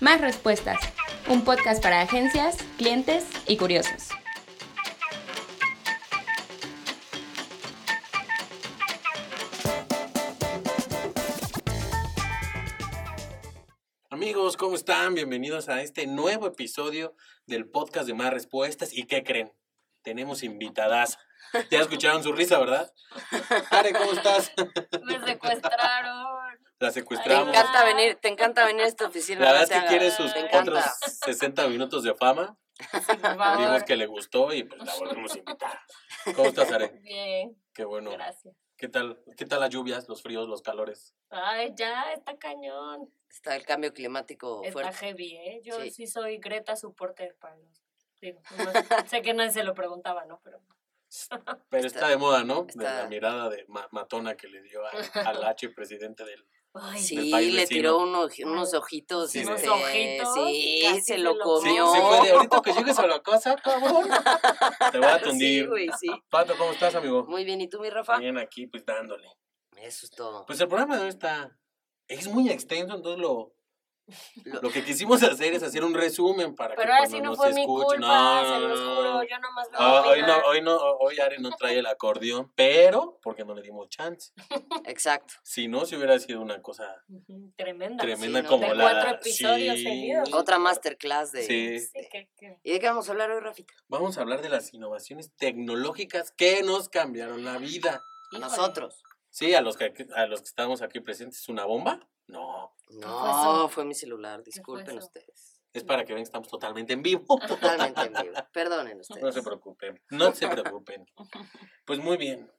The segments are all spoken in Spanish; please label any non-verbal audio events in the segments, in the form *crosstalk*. Más Respuestas, un podcast para agencias, clientes y curiosos. Amigos, ¿cómo están? Bienvenidos a este nuevo episodio del podcast de Más Respuestas. ¿Y qué creen? Tenemos invitadas. Ya escucharon su risa, ¿verdad? Are, ¿cómo estás? Me *laughs* secuestraron. La Te secuestramos. Ay, encanta venir, te encanta venir a esta oficina. La verdad no es te que hagas. quiere sus Te encanta. otros 60 minutos de fama. Sí, por Vimos favor. que le gustó y pues la volvemos a invitar. ¿Cómo estás, Are? Bien, Qué bueno. gracias. ¿Qué tal, ¿Qué tal las lluvias, los fríos, los calores? Ay, ya, está cañón. Está el cambio climático Está Oh, fuerte. heavy, ¿eh? Yo sí, Sí. soy Greta supporter para los... Digo, nomás- sé que nadie se lo preguntaba, ¿no? Pero Pero está, Está- de moda, ¿no? De está- la mirada de ma- matona que le dio al, al H presidente del... ay, del Sí, país le vecino. tiró uno- unos ojitos. Sí, este, unos ojitos, sí, casi se se lo lo- Sí, comió. sí *laughs* fue de *laughs* ahorita que llegues a la casa, cabrón. Te voy a Sí, tundir. güey, sí. Pato, ¿cómo estás, amigo? Muy bien, ¿y tú, mi Rafa? Bien, aquí, pues dándole. Eso es todo. Pues el programa de hoy está. Es muy extenso, entonces lo. Lo- Lo que quisimos hacer es hacer un resumen para que Pero ahora cuando sí no nos fue mi escuchen- culpa, No, se no, los no, juro. no. Yo nomás no. Ah, hoy no, hoy no, hoy Are no trae el acordeón, pero porque no le dimos chance. Exacto. Si no, si hubiera sido una cosa Ujú, Tremenda. tremenda no, como de la. cuatro episodios seguidos. Otra masterclass de. Sí. Sí, que- que- ¿Y de qué vamos a hablar hoy, Rafita? Vamos a hablar de las innovaciones tecnológicas que nos cambiaron la vida. A híjole. nosotros. Sí, a los que a los que estamos aquí presentes, ¿es una bomba? No. fue eso? No, fue mi celular, disculpen eso? ustedes. Es para que vean que estamos totalmente en vivo. Ah, Totalmente en vivo. Perdonen ustedes. *laughs* No se preocupen, no se *laughs* preocupen. Pues muy bien,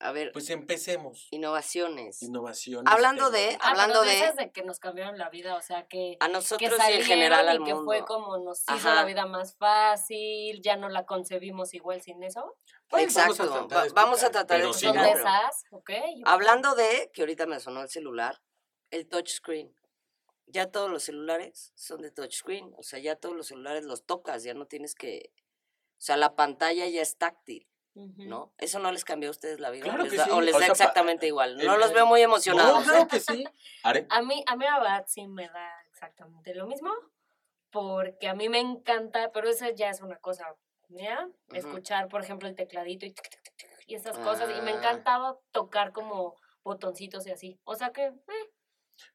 A ver, pues empecemos. innovaciones. Innovaciones. Hablando de- tecnológicas. Ah, Hablando pero de- esas de que nos cambiaron la vida, o sea que... A nosotros que y en salieron general al y que mundo. fue como nos hizo Ajá. la vida más fácil, ya no la concebimos igual sin eso. Pues vamos a Exacto, tratar de va- vamos a explicar, tratar de pero Sí, si Son no, de explicar. no, esas, ¿ok? Hablando de, que ahorita me sonó el celular, el touchscreen. Ya todos los celulares son de touchscreen. O sea, ya todos los celulares los tocas, ya no tienes que. O sea, la pantalla ya es táctil, Ujú. ¿no? ¿Eso no les cambió a ustedes la vida? Claro ¿Les que da- sí, ¿O les o da sea, pa- eh, exactamente igual? No el- los veo muy No, emocionados. claro que sí. Are, A mí, a mí la verdad sí me da exactamente lo mismo, porque a mí me encanta, pero eso ya es una cosa mía, Ujú. escuchar, por ejemplo, el tecladito y, tic, tic, tic, tic, y esas cosas, y me Ah. encantaba tocar como botoncitos y así. O sea que, eh,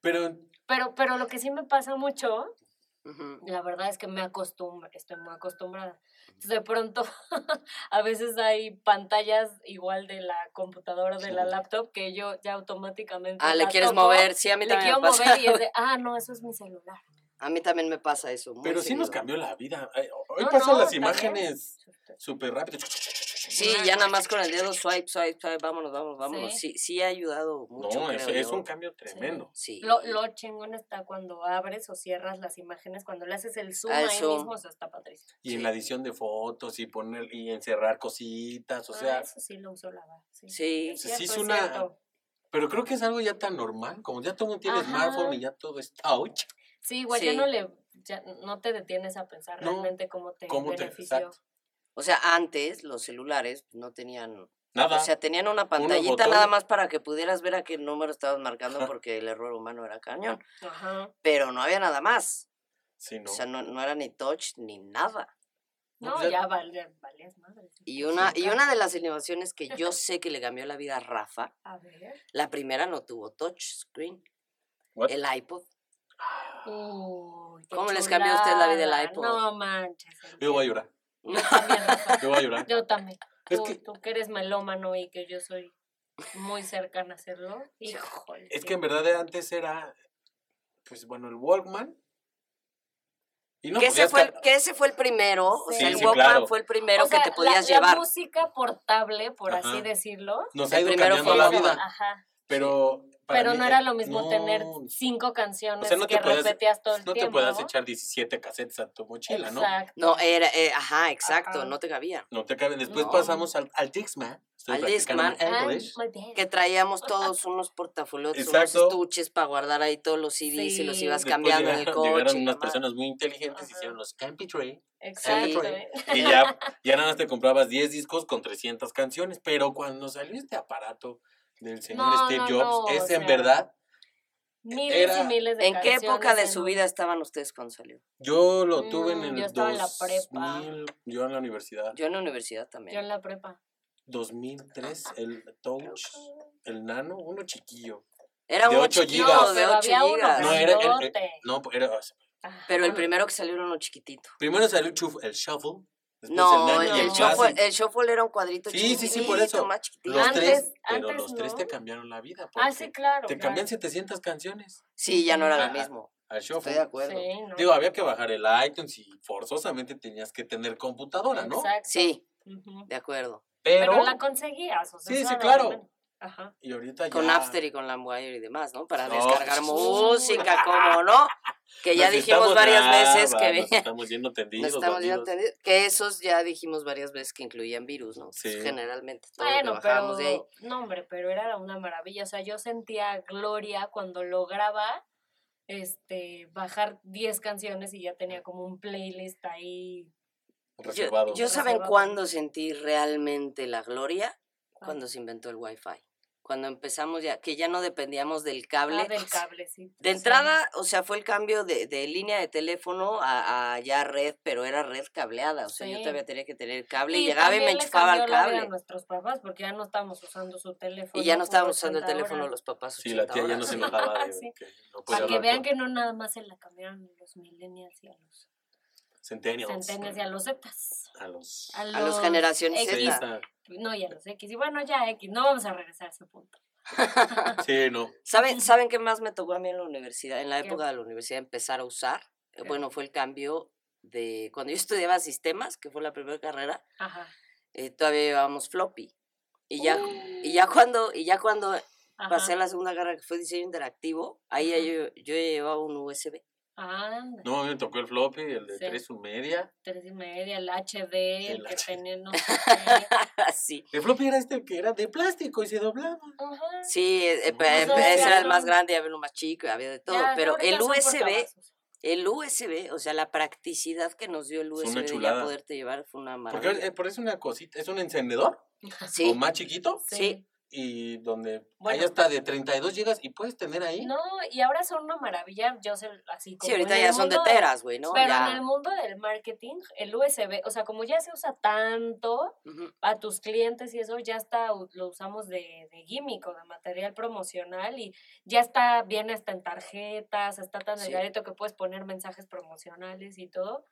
pero pero, pero lo que sí me pasa mucho *laughs* Ujú. la verdad es que me acostumbro, estoy muy acostumbrada. Entonces, de pronto, *laughs* a veces hay pantallas igual de la computadora, de la Sí. laptop, que yo ya automáticamente. Ah, le la quieres toco, mover. Sí, a mí le también quiero me pasa. mover y es de, ah, no, eso es mi celular. A mí también me pasa eso. muy pero sí nos seguido. cambió la vida. Ay, Hoy No, pasan no, las también. imágenes súper rápido. Sí, ya nada más con *laughs* el dedo *laughs* swipe, swipe, swipe, vámonos, vámonos, vámonos. Sí. Sí, sí, ha ayudado mucho. No, es, creo es yo. un cambio tremendo. Sí. Lo, lo chingón está cuando abres o cierras las imágenes, cuando le haces el zoom Ah, el ahí zoom. mismo, o sea, está patricio. Y en Sí. la edición de fotos y poner y encerrar cositas, o Ah, sea, eso sí lo uso la verdad. Sí. Sí. Es se hizo cierto, es una- cierto. pero creo que es algo ya tan normal, como ya todo el mundo tiene Ajá. smartphone y ya todo es touch. Sí, igual ya Sí. no le. ya no te detienes a pensar No, realmente cómo te ¿Cómo te benefició. exacto. O sea, antes los celulares no tenían, Nada. o sea, tenían una pantallita botones. nada más para que pudieras ver a qué número estabas marcando porque el error humano era cañón, Ajá. pero no había nada más. sí, no. O sea, no, no era ni touch ni nada. No, No, pues ya- ya valías, valías madre. Y una Sí, y claro. una de las innovaciones que yo sé que le cambió la vida a Rafa, A ver. la primera no tuvo touch screen, What? el iPod. Uy, qué Ah. ¿Cómo les cambió a ustedes la vida el chulada. iPod? No manches. Yo voy a llorar. Yo también, Rafa. Yo voy a *laughs* *laughs* llorar. Yo también. Es Tú, que- tú que eres melómano y que yo soy muy cercana a hacerlo. Híjole. Es que en verdad de antes era, pues bueno, el Walkman. Y no que ese podías fue el, ca- que ese fue el primero, o Sí. sea, el Sí, sí, Walkman claro. fue el primero O sea, que te podías la, llevar. La música portable, por Ajá. así decirlo. Nos el ha ido primero cambiando fue la el vida. Walkman. Ajá. Pero, para Pero mí no e- era lo mismo no, tener cinco canciones O sea, no te que podías- repetías todo el No te tiempo. puedas echar 17 casetes a tu mochila, ¿no? Exacto. No, era, eh, ajá, exacto, Ajá. no te cabía. No te caben. Después No. pasamos al, al Discman. Estoy Al practicando Discman. en Ah, English. muy bien. Que traíamos todos unos portafolios, unos Exacto. estuches para guardar ahí todos los CDs y los Sí. ibas Después cambiando en el *laughs* llegaron- coche. Llegaron y unas demás. personas muy inteligentes, Ajá. hicieron los MP3. *laughs* Exacto. Siempre. ¿eh? Y ya, ya nada más te comprabas 10 discos con 300 canciones. Pero cuando salió este aparato del señor No, Steve no, Jobs, no, o es en sea, verdad Miles Era- y miles de ¿En qué canciones época de en su un- vida estaban ustedes cuando salió? Yo lo tuve en Mm, el yo estaba en la prepa. 2000, yo en la universidad. Yo en la universidad Yo en también. la prepa. 2003, el Touch, el Nano, uno chiquillo. Era de uno ocho chiquito, gigas. de pero 8 había uno gigas. No, era el- el- grandote. No, pues, era, Ajá. Pero el primero que salió era uno chiquitito. primero salió el, chuf, el Shuffle, después No, el el, Nano y el shuffle, Basic. el shuffle era un cuadrito Sí, sí, chiquitito, sí, por eso. más chiquitito. Los eh, Antes- tres, pero antes los tres no. te cambiaron la vida. Ah, porque sí, claro. Te claro. cambian 700 canciones Sí, ya no era Ah, lo mismo. al Estoy de Shuffle. acuerdo. Sí, ¿no? Digo, había que bajar el iTunes y forzosamente tenías que tener computadora, ¿no? Exacto. Sí, Ujú. de acuerdo. Pero, Pero, la conseguías. O sea, Sí, eso sí, era lo claro. bueno. Ajá. y ahorita ya... Con Napster y con LimeWire y demás, ¿no? Para No. descargar Uy. *laughs* música, ¿cómo no? Que ya Nos dijimos estamos- varias ah, veces va, que Nos venían. estamos yendo tendidos, Nos estamos bandidos. ya entendiendo que esos ya dijimos varias veces que incluían virus, ¿no? Sí. Generalmente, todo lo que Bueno, bajábamos pero. de ahí. No, hombre, pero era una maravilla. O sea, yo sentía gloria cuando lograba este bajar 10 canciones y ya tenía como un playlist ahí. Yo, Reservados. yo saben Reservado. cuándo sentí realmente la gloria ¿Cuándo? cuando se inventó el Wi-Fi. Cuando empezamos ya, que ya no dependíamos del cable. Ah, *laughs* del cable, sí. De Sí. entrada, o sea, fue el cambio de, de línea de teléfono a, a ya red, pero era red cableada. O sea, yo Sí. todavía tenía que tener cable y Y llegaba y me también le enchufaba al cambió la vida cable. A nuestros papás porque ya no estábamos usando su teléfono. Y ya no por estábamos usando el 80 teléfono horas. los papás. Sí, la 80 tía ya no horas. se enojaba de *laughs* Sí. que no podía Para que hablar vean con que no nada más se la cambiaron los millennials y a los centennials, centennials y a los zetas. a los... A A los generaciones X. Sí, Z. está- No, y a los X. Y bueno, ya X. No vamos a regresar a ese punto. sí, no. ¿Saben, ¿Saben qué más me tocó a mí en la universidad? En la ¿Qué? época de la universidad empezar a usar. eh, ¿Qué? Bueno, fue el cambio de cuando yo *laughs* estudiaba sistemas, que fue la primera carrera, Ajá. eh, todavía llevábamos floppy. Y ya, y ya cuando, y ya cuando ¡Oh! ajá. pasé a la segunda carrera, que fue diseño interactivo, ahí ya Ajá. yo, yo ya llevaba un *laughs* USB. Anda, No, a mí me tocó el floppy, el de Sí. tres y media. tres y media, el HD, el, El que HD. tenía, no *laughs* sé qué. sí. El floppy era este que era de plástico y se doblaba. Ajá. Sí, eh, eh, Ujú. pe- Pues, ese era el obvio, más ¿no? grande, había uno más chico, había de todo. Ya, pero ahorita el son USB, portavasos. el USB, o sea, la practicidad que nos dio el Es una USB de ya chulada. poderte llevar fue una Porque maravilla. eh, pero es una cosita, es un encendedor *laughs* Sí. o más chiquito sí. y donde Bueno. hay hasta de 32 gigas y puedes tener ahí. No, y ahora son una maravilla. Yo sé, así como. Sí, ahorita en el ya son de mundo teras, güey, ¿no? Pero Ya. en el mundo del marketing, el USB, o sea, como ya se usa tanto Ujú. a tus clientes y eso, ya está, u- lo usamos de, de gimmick o de material promocional y ya está, viene hasta en tarjetas, está tan Sí. delgadito que puedes poner mensajes promocionales y todo.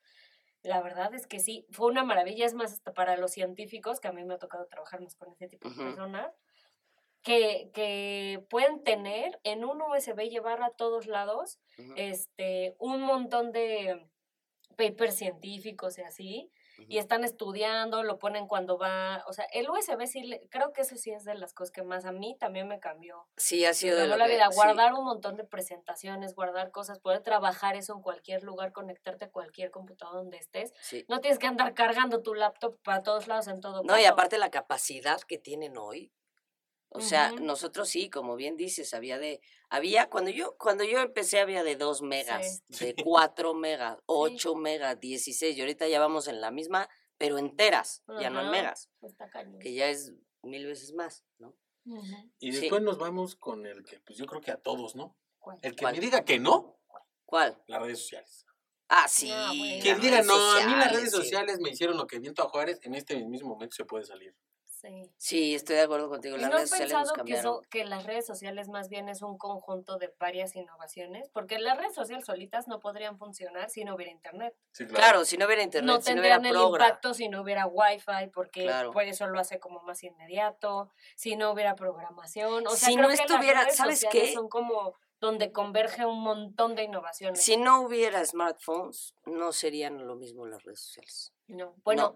La verdad es que sí, fue una maravilla, es más, hasta para los científicos, que a mí me ha tocado trabajar más con ese tipo Ujú. de personas, que, que pueden tener en un USB y llevarlo a todos lados Ujú. este, un montón de papers científicos y así, y están estudiando, lo ponen cuando va, o sea, el USB sí, le- creo que eso sí es de las cosas que más a mí también me cambió. Sí, ha Sí, sido de lo la que- vida, sí. guardar un montón de presentaciones, guardar cosas, poder trabajar eso en cualquier lugar, conectarte a cualquier computador donde estés. sí. No tienes que andar cargando tu laptop para todos lados en todo No, y caso. aparte la capacidad que tienen hoy. O sea, Ujú. nosotros sí, como bien dices, había de, había, cuando yo, cuando yo empecé había de 2 megas, *laughs* de 4 megas, 8 megas, 16, y ahorita ya vamos en la misma, pero enteras, ya no en Ajá. megas, Está cañón. que ya es mil veces más, ¿no? Ujú. Y Sí. después nos vamos con el que, pues yo creo que a todos, ¿no? ¿Cuál? El que ¿Cuál? me diga que no, ¿Cuál? las redes sociales. Ah, sí. bueno. las Quien diga, redes no, a mí las redes sí". sociales me hicieron lo que viento a Juárez, en este mismo momento se puede salir. Sí. Sí, estoy de acuerdo contigo, ¿Y las no han redes sociales nos pensado que, cambiaron. eso- que las redes sociales más bien es un conjunto de varias innovaciones? Porque las redes sociales solitas no podrían funcionar si no hubiera internet. Sí, Claro, si no hubiera internet, No si no hubiera tendrían el programa. impacto si no hubiera wifi, porque Claro. pues, eso lo hace como más inmediato, si no hubiera programación. O sea, Si creo no que las estuviera- redes ¿sabes sociales qué? Son como donde converge un montón de innovaciones. Si no hubiera smartphones, no serían lo mismo las redes sociales. No, bueno,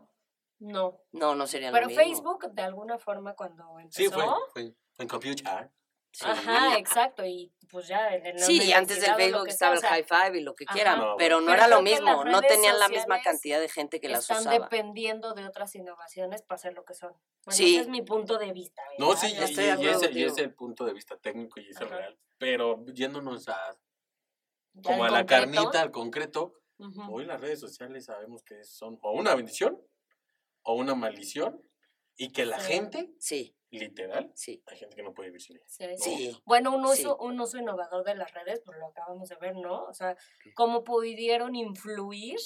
no. No, no serían Pero lo mismo. Facebook, de alguna forma, cuando empezó. Sí, fue, fue, fue en Mm. ah, computer. Sí. Ajá, exacto. Y pues ya en la Sí, y antes universidad o del lo Facebook que sea, estaba o el sea, high five y lo que Ajá. quieran, No, pero no Pero era lo creo que mismo, las no redes tenían la misma sociales cantidad de gente que las están usaba. dependiendo de otras innovaciones para ser lo que son. Bueno, Sí. ese es mi punto de vista. No, ¿verdad? sí, y, Ya estoy y- de y acuerdo es, el- y contigo. es el punto de vista técnico y es el Ajá. real. Pero yéndonos a, en como a la concreto. carnita, al concreto, Ujú. hoy las redes sociales sabemos que son o una bendición o una maldición y que la Sí. gente Sí, ¿Literal? Sí. Hay gente que no puede vivir sin ella. Sí, sí. Sí. Bueno, un uso, Sí. un uso innovador de las redes, pues lo acabamos de ver, ¿no? O sea, cómo pudieron influir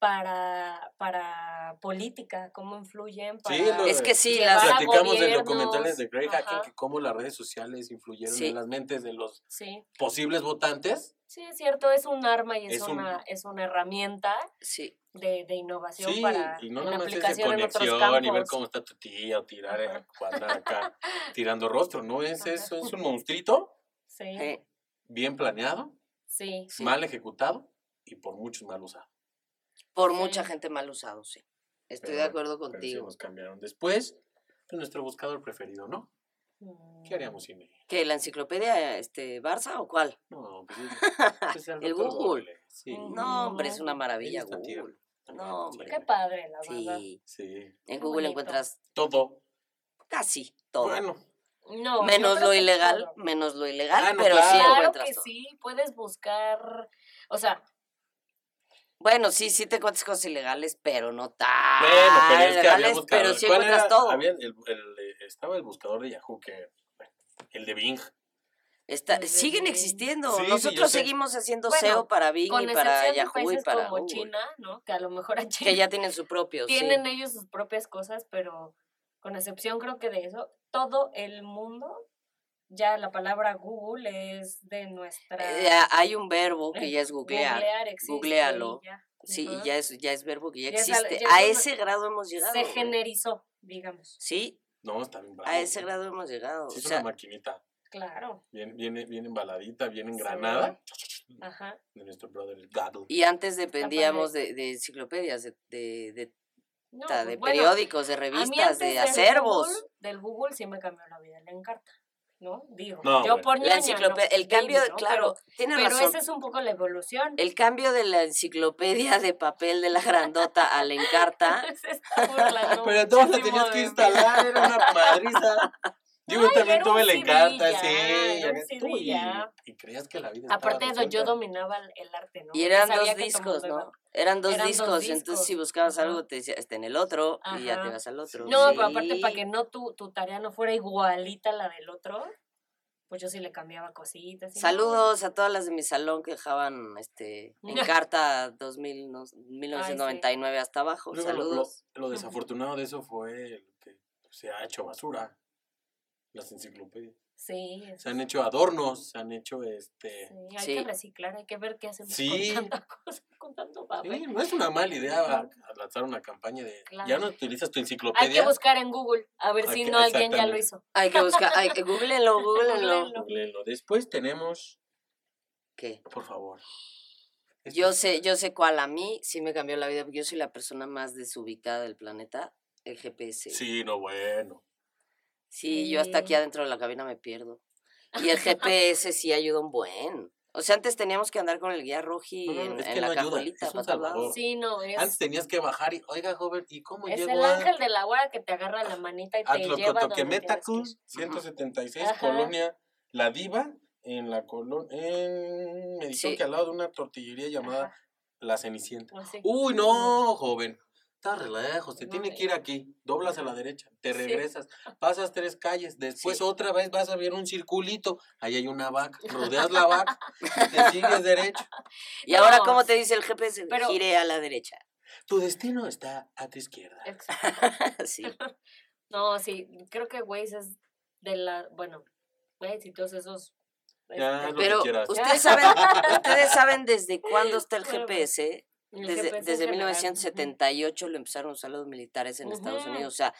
para, para política, cómo influyen para... Sí, lo- Es que sí, Llevar las, a Platicamos de gobiernos, documentales de Grey ajá. Hacking que cómo las redes sociales influyeron Sí. en las mentes de los Sí, posibles votantes. sí, es cierto, es un arma y es, Es un- una, es una herramienta sí. de, de innovación Sí, para y no en nada más es de aplicación en otros conexión campos. y ver cómo está tu tía o tirar Ajá. a cuadrar acá, tirando rostro. No es Ajá. eso, es un monstruito Sí, eh, bien planeado, sí. Sí. mal ejecutado y por muchos mal usado. por Sí. mucha gente mal usado, sí. Pero Estoy de bueno, acuerdo Pero sí contigo. nos cambiaron después. pues, Nuestro buscador preferido, ¿no? ¿Qué haríamos sin ella? ¿Qué, la enciclopedia este, Barça o cuál? No, pues, *laughs* es- pues, al El doctor Google. Google, Sí. No, hombre, es una maravilla Ella está Google. tierna. No, hombre. Sí. Qué padre, la verdad. Sí, Sí. en Qué Google bonito. encuentras Todo. casi todo. Bueno, No, yo menos creo lo que ilegal, todo. menos lo ilegal, Ah, no, pero sí claro. Claro encuentras que todo. sí, puedes buscar, o sea, Bueno, sí, sí te encuentras cosas ilegales, pero no tan bueno, Ah, pero es que había ilegales, buscador. pero sí ¿Cuál encuentras era? todo. Había el, el- eh, estaba el buscador de Yahoo, que bueno, el de Bing. Está- Desde siguen Bing. existiendo. Sí, sí, yo Nosotros sé. seguimos haciendo Bueno, SEO para Bing con y para excepción de Yahoo y países para como Google, China, ¿no? Que a lo mejor a China que *laughs* ya tienen su propio. sí. tienen ellos sus propias cosas, pero con excepción creo que de eso, todo el mundo, ya la palabra Google es de nuestra... Eh, hay un verbo *laughs* que ya es googlear. existe googlealo. y ya. Sí, y Ajá. ya es, ya es verbo que ya Ya es al- existe. ya es a una- ese grado hemos llegado. ¿eh? Se güey. generizó, digamos. Sí, No, está bien bravo, a ese ¿no? grado hemos llegado. Sí, o es sea, una maquinita. Claro. Bien, bien, bien embaladita, bien Sí. engranada. Ajá. De nuestro brother el Gadel. y antes dependíamos de, de enciclopedias, de, de, de- No, ta- pues, de bueno, periódicos, de a mí revistas, antes de del acervos. Google- Del Google sí me cambió la vida, la encarta. ¿No? Digo, No, yo bueno. por La ñaña, enciclopedia, no, Pues, el cambio, baby, ¿no? claro, tiene Pero, pero razón. esa es un poco la evolución. *laughs* El cambio de la enciclopedia de papel de la grandota a la *laughs* encarta. Se está *laughs* burlando Pero entonces la muchísimo tenías que de mí. instalar, era *laughs* una madriza. Digo, yo Ay, también era un tuve la CD encanta, ya, sí. era un ya- CD tú y, ya. y creías que la vida estaba Aparte de eso, yo resuelta. dominaba el- el arte, ¿no? Y Yo eran sabía dos que todo discos, mundo iba- ¿no? Eran dos Eran dos discos, entonces si discos, buscabas ajá. algo te decía, está en el otro, y ya te Ajá. vas al otro. No, Sí. pero aparte para que no tu, tu tarea no fuera igualita a la del otro, pues yo sí le cambiaba cositas. y no. Saludos a todas las de mi salón que dejaban *laughs* este, en carta 2000, no- 1999 hasta abajo. Luego lo- lo, Saludos. lo desafortunado de eso fue el que se ha hecho basura. Las enciclopedias. Sí, Se han hecho adornos, se han hecho este. sí, hay Sí. que reciclar, hay que ver qué hacemos Sí. con tanta cosa, con tanto papel. Sí, no es una mala idea a- a lanzar una campaña de. Claro. Ya no utilizas tu Hay que enciclopedia. buscar en Google, a ver Hay si que- no alguien ya lo exactamente. hizo. Hay que buscar, hay *laughs* que googleenlo, googleenlo. Googleenlo. Googleenlo. Después tenemos. ¿Qué? Por favor. Esto Yo es- sé, yo sé cuál a mí sí me cambió la vida, porque yo soy la persona más desubicada del planeta, el GPS. Sí, no, bueno. Sí, yo hasta aquí Sí. adentro de la cabina me pierdo. Y el *laughs* GPS sí ayuda un buen. O sea, antes teníamos que andar con el guía roji No, no, en, es en que la no ayuda, cajolita es un para todos salvador. lados. Sí, no, es, Antes tenías que bajar y, oiga, joven, ¿y cómo es llego el a- ángel de la hora que te agarra la manita y te lleva donde tienes que Atlocotloquemetacus, ir. 176, Ajá. colonia La Diva, en la colonia. En... Me dijeron Sí. que al lado de una tortillería llamada Ajá, La Cenicienta. así. Uy, *laughs* no, joven. Está re lejos, te No, tiene que ir aquí. Doblas a la derecha, te Sí. regresas, pasas tres calles, después Sí. otra vez vas a ver un circulito. Ahí hay una *laughs* vaca, rodeas la vaca y te sigues derecho. Y ahora, No, ¿cómo te dice el GPS? pero- Gire a la derecha. *laughs* Tu destino está a tu izquierda. Exacto. sí. No, sí, creo que Waze es de la, bueno, Waze y todos esos. Ya, este, lo que Pero quieras. ustedes saben, ustedes saben desde cuándo está el Bueno, GPS. el Desde, GPS en desde general, ujú. 1978 lo empezaron a usar los militares en Estados Ujú. Unidos. O sea,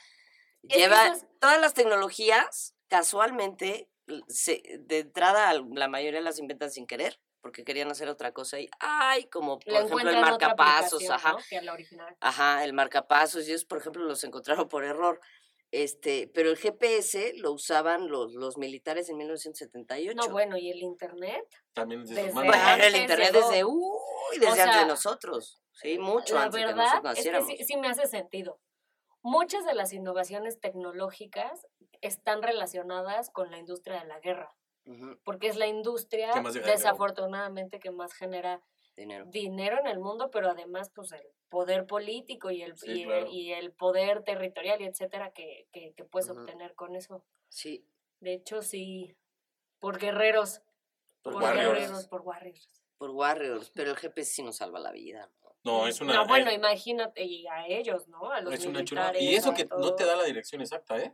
Es que lleva esas- todas las tecnologías, casualmente, l- se- de entrada al- la mayoría las inventan sin querer, porque querían hacer otra cosa y, ay, como por La ejemplo el encuentran en otra marcapasos, aplicación, ajá. ¿no? Que la original. Ajá, el marcapasos, ellos, por ejemplo, los encontraron por error. Este, pero el GPS lo usaban los, los militares en 1978. No, bueno, y el internet. También es de Desde sus *laughs* Bueno, manos. antes el internet llegó. desde, uy, desde sea, antes de nosotros. Sí, mucho la antes de que verdad es nosotros que naciéramos. sí, sí me hace sentido. Muchas de las innovaciones tecnológicas están relacionadas con la industria de la guerra, Ujú. porque es la industria, Que más deja de guerra. desafortunadamente, que más genera Dinero. dinero en el mundo, pero además pues el poder político y el, Sí, y, el- claro. y el poder territorial y etcétera que, que, que puedes Ujú. obtener con eso. Sí. De hecho, sí, por guerreros, por, Warriors. guerreros, por warriors. Por Warriors. Pero el GPS sí nos salva la vida. ¿no? *laughs* No, es una. No, bueno, es- imagínate, y a ellos, ¿no? A los es una militares. chula. Y eso a que no todos. te da la dirección exacta, ¿eh?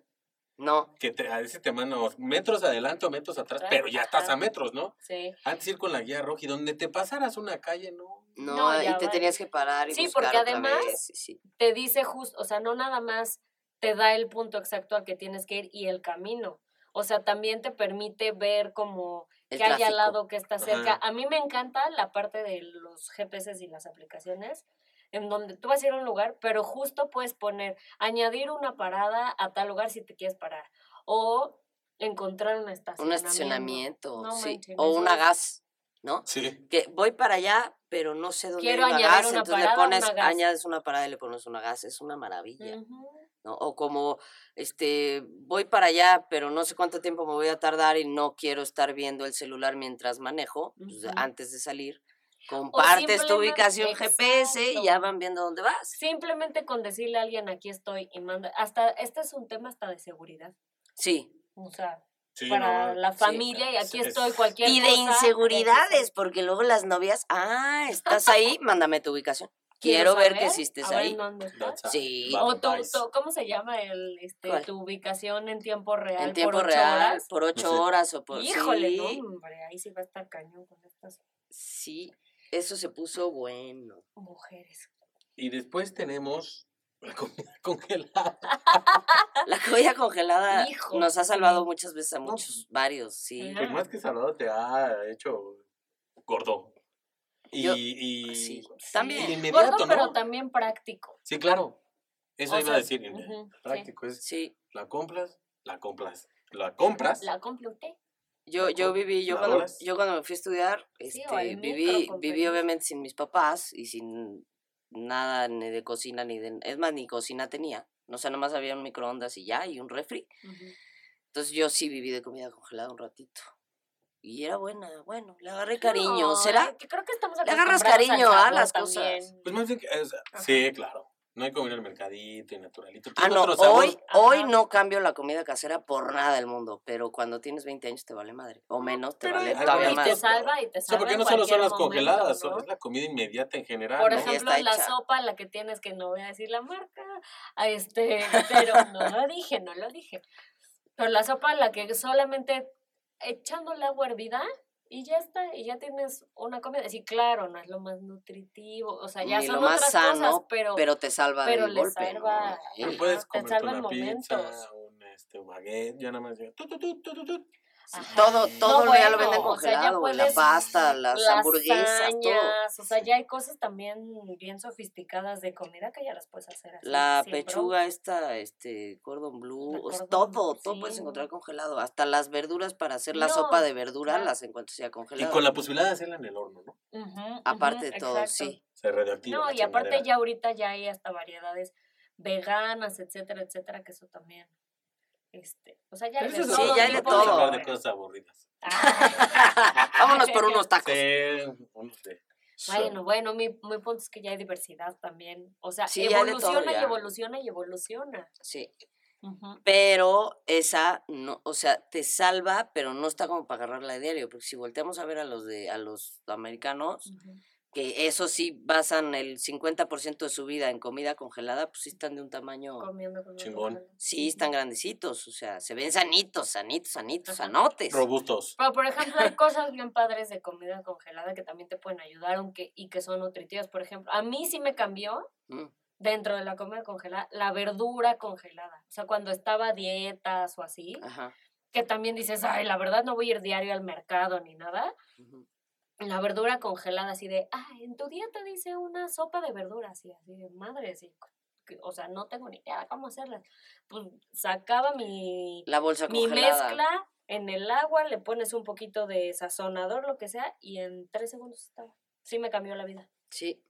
No. Que te- a veces te manda metros adelante o metros atrás, Atrás, pero ya estás ajá. a metros, ¿no? Sí, Antes ir con la guía roja y donde te pasaras una calle, ¿no? No, No, y ya te vale. tenías que parar y Sí, buscar porque otra además- vez, y sí. te dice justo, o sea, no nada más te da el punto exacto al que tienes que ir y el camino. O sea, también te permite ver como El que hay al tráfico. lado que está cerca. Ajá. A mí me encanta la parte de los GPS y las aplicaciones, en donde tú vas a ir a un lugar, pero justo puedes poner, añadir una parada a tal lugar si te quieres parar, o encontrar una estación. Un estacionamiento, No sí. manches, o eso una es- gas, ¿no? Sí. que voy para allá, pero no sé dónde Quiero iba añadir gas, una entonces le parada, pones, una gas. añades una parada y le pones una gas, es una maravilla, ¿no? O como, este, voy para allá, pero no sé cuánto tiempo me voy a tardar y no quiero estar viendo el celular mientras manejo, pues, Ujú. antes de salir, compartes tu simplemente- ubicación GPS y ya exacto. van viendo dónde vas. Simplemente con decirle a alguien aquí estoy y manda, hasta este es un tema hasta de seguridad, Sí, o sea, Sí, para no, la sí, familia y aquí es- estoy cualquier y de cosa, inseguridades, porque luego las novias, ah, estás ahí, mándame tu *laughs* ubicación. Quiero ver que saber, hiciste a ver ahí. en dónde estás. that's a Sí. bad O tu, advice. tu- ¿cómo se llama el, este, ¿Cuál? tu ubicación en tiempo real? En tiempo por ocho real, horas? por ocho Sí. horas o por... Híjole, sí. no, hombre, ahí sí va a estar cañón con estas Sí, eso se puso bueno. mujeres. Y después tenemos *laughs* la comida congelada. La *laughs* comida congelada Hijo, nos ha salvado sí. muchas veces a No, muchos, varios, Ajá. sí. *laughs* Que más que salado te ha hecho gordo. Y, Yo- y- sí. Sí. y de También, inmediato, ¿no? Gordo, pero también práctico. Sí, claro. Eso O iba sea, a decir. ujú, sí. Práctico es sí. la compras, la compras, la compras. La compré usted. Yo, La yo com- viví, yo la cuando, doras. yo cuando me fui a estudiar, Sí, o este, al micro viví, con viví permiso. obviamente sin mis papás y sin nada ni de cocina ni de, es más, ni cocina tenía. No sé, nomás había un microondas y ya, y un refri. Entonces yo sí viví de comida congelada un ratito. Y era buena, bueno, le agarré cariño, No, ¿será? que Creo que estamos Le agarras acostumbrados al cariño a sabor las también. Pues más bien, que- o sea, Ajá. sí, claro. No hay como ir al mercadito y naturalito. Ah, Tiene no, otro sabor. hoy, hoy Ajá. no cambio la comida casera por nada del mundo, pero cuando tienes 20 años te vale madre, o menos te pero vale hay algo todavía Y te más. más. salva y te O salva. sea, porque en no solo son cualquier las momento, congeladas, ¿no? es la comida inmediata en general. Por ¿no? Ya ejemplo, está la hecha. sopa, la que tienes que no voy a decir la marca, a este, pero no lo dije, no lo dije. Pero la sopa, la que solamente echando la agua hervida y ya está, y ya tienes una comida. Sí, claro, no es lo más nutritivo, o sea, ya Ni son lo más otras cosas, sano, pero, pero te salva pero del le golpe. ¿no? salva. Sí. Pero Ajá, puedes te comerte salva una en momentos. pizza, un este, un baguette. Yo nada más digo. tu, tu, tu, tu, tu, tu. Sí, Ajá. Todo, No, todo ya lo bueno, venden o sea, ya congelado, güey, la puedes- pasta, las hamburguesas, todo. lasañas, O sea, ya hay cosas también bien sofisticadas de comida que ya las puedes hacer así. La sin bronca. pechuga esta, este, cordon blue, La o sea, cordon todo, bleu, todo sí, puedes no. encontrar congelado. Hasta las verduras para hacer la No, sopa de verdura claro. las encuentras ya Y congeladas. con la posibilidad de hacerla en el horno, ¿no? Ujú, Aparte ujú, de todo, exacto. sí. Se radioactiva. No, la y aparte chingadera. ya ahorita ya hay hasta variedades veganas, etcétera, etcétera, que eso también. Este, o sea, ya hay Pero eso de es Sí, otro, ya hay no de podemos todo. hablar de cosas aburridas. Ah, *laughs* Vámonos por unos tacos. *laughs* Sí, unos de- bueno, bueno, mi, mi punto es que ya hay diversidad también. O sea, Sí, ya hay de todo, evoluciona y ya. evoluciona y evoluciona. Sí. Ujú. pero esa no, o sea, te salva, pero no está como para agarrarla de diario, porque si volteamos a ver a los de a los americanos, Ujú. que eso sí basan el 50% de su vida en comida congelada, pues sí están de un tamaño Comiendo, comiendo, Chingón. comiendo. sí están grandecitos, o sea, se ven sanitos, sanitos, sanitos, Ajá. sanotes. Robustos. Pero, por ejemplo, hay cosas bien padres de comida congelada que también te pueden ayudar aunque, y que son nutritivas. Por ejemplo, a mí sí me cambió Mm. dentro de la comida congelada la verdura congelada. O sea, cuando estaba a dietas o así, Ajá. que también dices, ay, la verdad no voy a ir diario al mercado ni nada. ujú. La verdura congelada, así de, ay, en tu dieta dice una sopa de verduras, y así de madre, sí. que- O sea, no tengo ni idea de cómo hacerlas. Pues sacaba mi La bolsa mi congelada. mezcla en el agua, le pones un poquito de sazonador, lo que sea, y en tres segundos estaba. Sí me cambió la vida. Sí.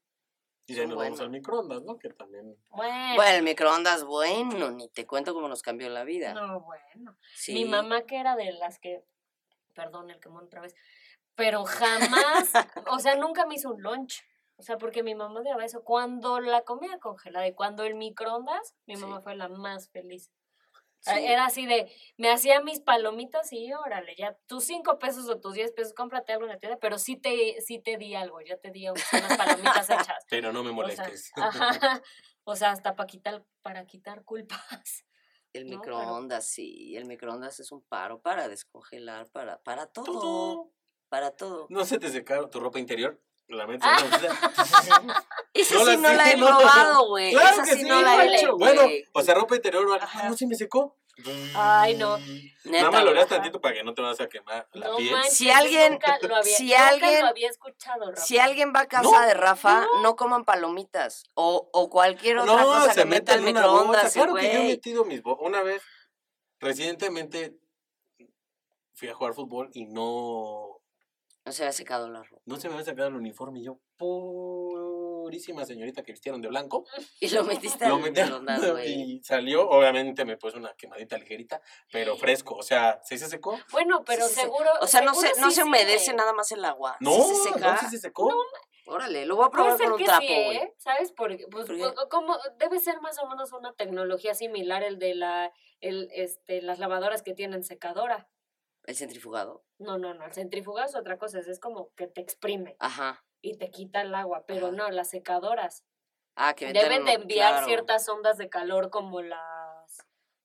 Y de ahí Son nos vamos buenas. al microondas, ¿no? Que también. Bueno. Bueno, el microondas, bueno, ni te cuento cómo nos cambió la vida. No, bueno. Sí. Mi mamá que era de las que perdón el quemón otra vez, pero jamás, o sea, nunca me hizo un lunch. O sea, porque mi mamá odiaba eso. Cuando la comida congelada y cuando el microondas, mi Sí. mamá fue la más feliz. Ah, Sí. Era así de, me hacía mis palomitas y órale, ya tus cinco pesos o tus diez pesos, cómprate algo en la tienda, pero sí te, sí te di algo, ya te di aunque sea unas palomitas *laughs* hechas. Pero no me O sea, molestes. ajá, o sea, hasta para quitar, para quitar culpas. El No, pero- microondas, sí, el microondas es un paro para descongelar, para, para *laughs* todo, Todo. para todo. ¿No se te secaron tu ropa interior? La metes Ah. en una *laughs* bolsita. Esa No sí la no la he sé, no. probado, güey. claro Esa que sí, sí. no la he híjole. hecho, güey. bueno, o sea, ropa interior, ah, Ajá. no se me secó. Ay, no. Nada más Neta, lo leas ajá. tantito para que no te vas a quemar la No piel. manches, Si yo alguien- nunca lo había, si nunca alguien- lo había escuchado, Rafa. Si alguien va a casa de Rafa, no. coman palomitas o, o cualquier otra No, cosa se que meta mete al en una bolsa. microondas, Claro güey. que yo he metido mis bo- Una vez, recientemente, fui a jugar fútbol y no, No se había secado la ropa. no se me había sacado el uniforme. Y yo, purísima señorita que vistieron de *laughs* blanco, Y lo metiste lo al metí al- microondas, güey. *laughs* y salió. Obviamente me puse una quemadita ligerita, pero fresco. O sea, ¿sí se secó? Bueno, pero Sí, sí, sí. seguro. O sea, no seguro se, no sí se humedece sirve. nada más el agua. No, Sí se seca. no, sí se secó. Órale, lo voy a Puede probar ser con un que trapo, sí, güey. ¿eh? ¿Sabes? Porque, pues, ¿Por qué? o- o como debe ser más o menos una tecnología similar el de la, el, este, las lavadoras que tienen secadora. El centrifugado. No, no, no, el centrifugado es otra cosa, es como que te exprime Ajá. y te quita el agua, pero Ajá. no, las secadoras Ah, que deben ventaron- de enviar claro. ciertas ondas de calor como las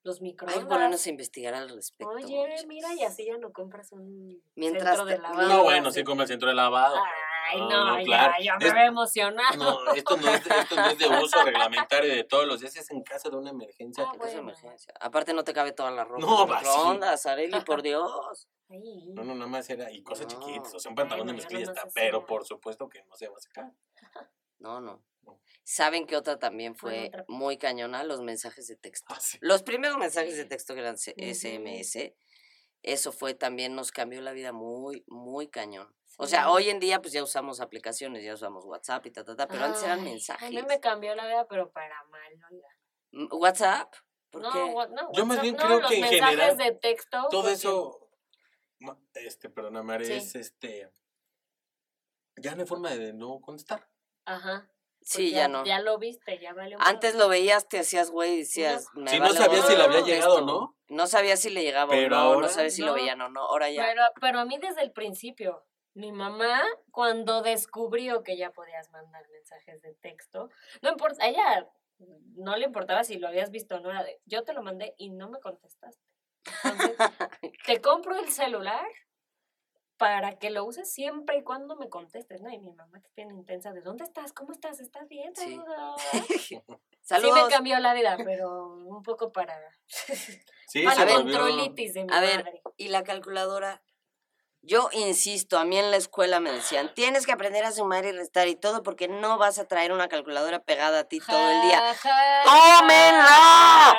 los Hay que microondas. ponernos a investigar al respecto. Oye, muchachos. mira, y así ya no compras un Mientras centro de te- lavado. No, bueno, sí como el centro de lavado. Ah, Ay, No, no, no, ya, claro. ya me Es- voy a emocionar. *laughs* *laughs* No, esto no, es, esto no es de uso reglamentario de todos los días, es en caso de una emergencia. Ah, En caso de Bueno. emergencia. Aparte no te cabe toda la ropa. No, en el va, sí. microondas, Areli, *laughs* por Dios. Ay. No, no, nada más era, y cosas No. chiquitas, o sea, un pantalón Bueno, de ya mezclilla nomás está, es pero una. por supuesto que no se va a *laughs* secar. No, no. No. ¿Saben que otra también Bueno, fue otra. muy cañona? Los mensajes de texto. Así. Los primeros mensajes de texto que eran eh, C- Ujú. SMS, eso fue también, nos cambió la vida muy, muy cañón. O Sí. sea, hoy en día pues ya usamos aplicaciones, ya usamos WhatsApp y ta, ta, ta, pero antes eran Ay, mensajes. A mí me cambió la vida, pero para mal. oiga. M- ¿WhatsApp? ¿Por No, qué? wa- no, Yo más WhatsApp bien no, creo los que en mensajes general, de texto. pues, Todo porque- Pues eso, ma- este, perdóname, Are, Sí. es este, ya no hay forma de no contestar. Ajá. sí, pues ya, no. Ya lo viste, ya valió. Antes lo veías, te hacías güey, y decías... me Si no vale sabías si le había gorro, llegado o esto. no, No sabías si le llegaba Pero o no, ahora- no sabías si No. lo veían o no, ahora ya. Pero, pero a mí desde el principio, mi mamá, cuando descubrió que ya podías mandar mensajes de texto, no importa, a ella no le importaba si lo habías visto o no, era de, yo te lo mandé y no me contestaste. *laughs* Entonces, te compro el celular para que lo uses siempre y cuando me contestes, ¿no? Y mi mamá que tiene intensa de, ¿dónde estás? ¿Cómo estás? ¿Estás bien? Sí. *laughs* Saludos". Sí me Saludos. cambió la vida, pero un poco para, sí, para se la volvió. controlitis de mi A ver, madre. y la calculadora. Yo insisto, a mí en la escuela me decían, tienes que aprender a sumar y restar y todo porque no vas a traer una calculadora pegada a ti todo el día. Ja, ja, ¡Tómenla! ja.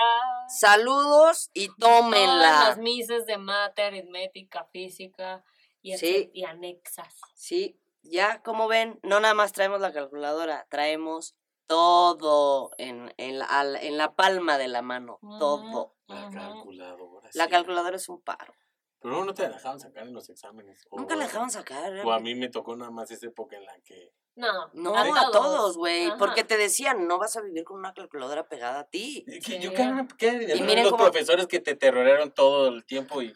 Saludos y Todas las tómenla. mises de mate, aritmética, física y, Sí. etc- y anexas. Sí, ya como ven, no nada más traemos la calculadora, traemos todo en, en la, al- en la palma de la mano, todo. La Ujú. calculadora. La sí. calculadora es un paro. Pero no te la dejaban sacar en los exámenes. o- Nunca la dejaban sacar. O a mí me tocó nada más esa época en la que. No, No, a todos, güey, Ajá. porque te decían, no vas a vivir con una calculadora pegada a ti. ¿Qué- Sí. Yo qué, qué- Y ¿no? miren los cómo- profesores que te terroraron todo el tiempo *laughs* y.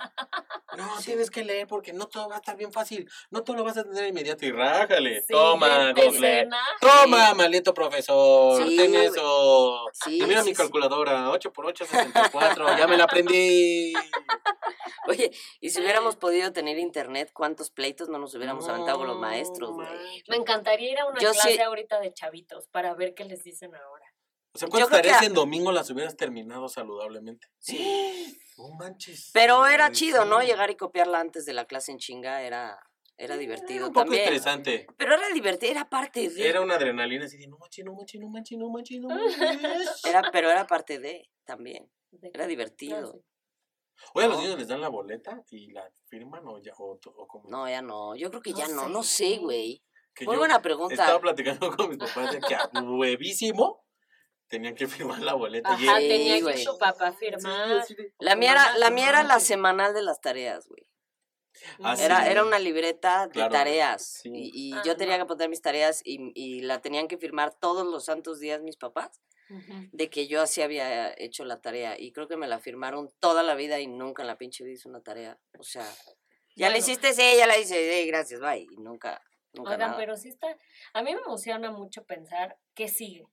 No, tienes que leer porque no todo va a estar bien fácil. No todo lo vas a tener inmediato y rájale. Sí, Toma, de Google. escena. Toma, maldito profesor. Sí, Ten güey. eso. Sí, y mira sí, mi sí. calculadora. 8 por 8, 64. ya me la aprendí. Oye, y *laughs* si hubiéramos podido tener internet, ¿cuántos pleitos no nos *laughs* hubiéramos aventado con los No, maestros, güey? manches. Me encantaría ir a una Yo clase sí- ahorita de chavitos para ver qué les dicen ahora. O sea, Yo ¿cuántas creo que tareas a- en domingo las hubieras terminado saludablemente? Sí. No manches. Pero no era puede chido, ser. ¿no? Llegar y copiarla antes de la clase en chinga era, era divertido un poco también. estresante. Pero era divertido, era parte de. Era una adrenalina así de no manches, no manches, no manches, no manches, *laughs* no manches. Era- pero era parte de también. De Era Ah, qué divertido. clase. Oye, a los No. niños les dan la boleta y la firman o ya, o, to- o como. No, ya no. Yo creo que No ya no, no sé. sé, güey. que Muy yo buena pregunta. Estaba platicando *laughs* con mis papás de que a huevísimo tenían que firmar la boleta. y Ajá, era- tenía que güey. su papá Sí, firmar. así de- La mía, era, Mamá, la no mía era la manches. semanal de las tareas, güey. Ah, Era, sí. era una libreta de Claro, tareas. sí. Y, y Ah, yo tenía no. que apuntar mis tareas y, y la tenían que firmar todos los santos días mis papás Ujú. de que yo así había hecho la tarea. Y creo que me la firmaron toda la vida y nunca en la pinche vida hice una tarea. O sea, ya la Bueno. hiciste, sí, ya la hice, sí, gracias, bye. Y nunca, nunca Oigan, nada. pero sí está. A mí me emociona mucho pensar qué sigue.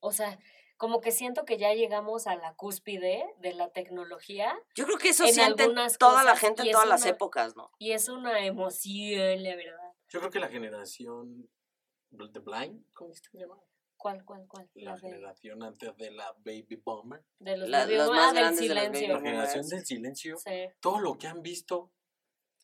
O sea, como que siento que ya llegamos a la cúspide de la tecnología Yo creo que eso en siente toda algunas la cosas gente y en es todas las una- épocas, ¿no? y es una emoción, la verdad. Yo creo que la generación bl- The Blind, ¿cómo se llama? ¿Cuál, cuál, cuál? La La de, generación antes de la Baby Bomber. de los, La- baby los boom- más ah, del grandes de los baby silencio. La boomers. generación del silencio. Sí. Todo lo que han visto.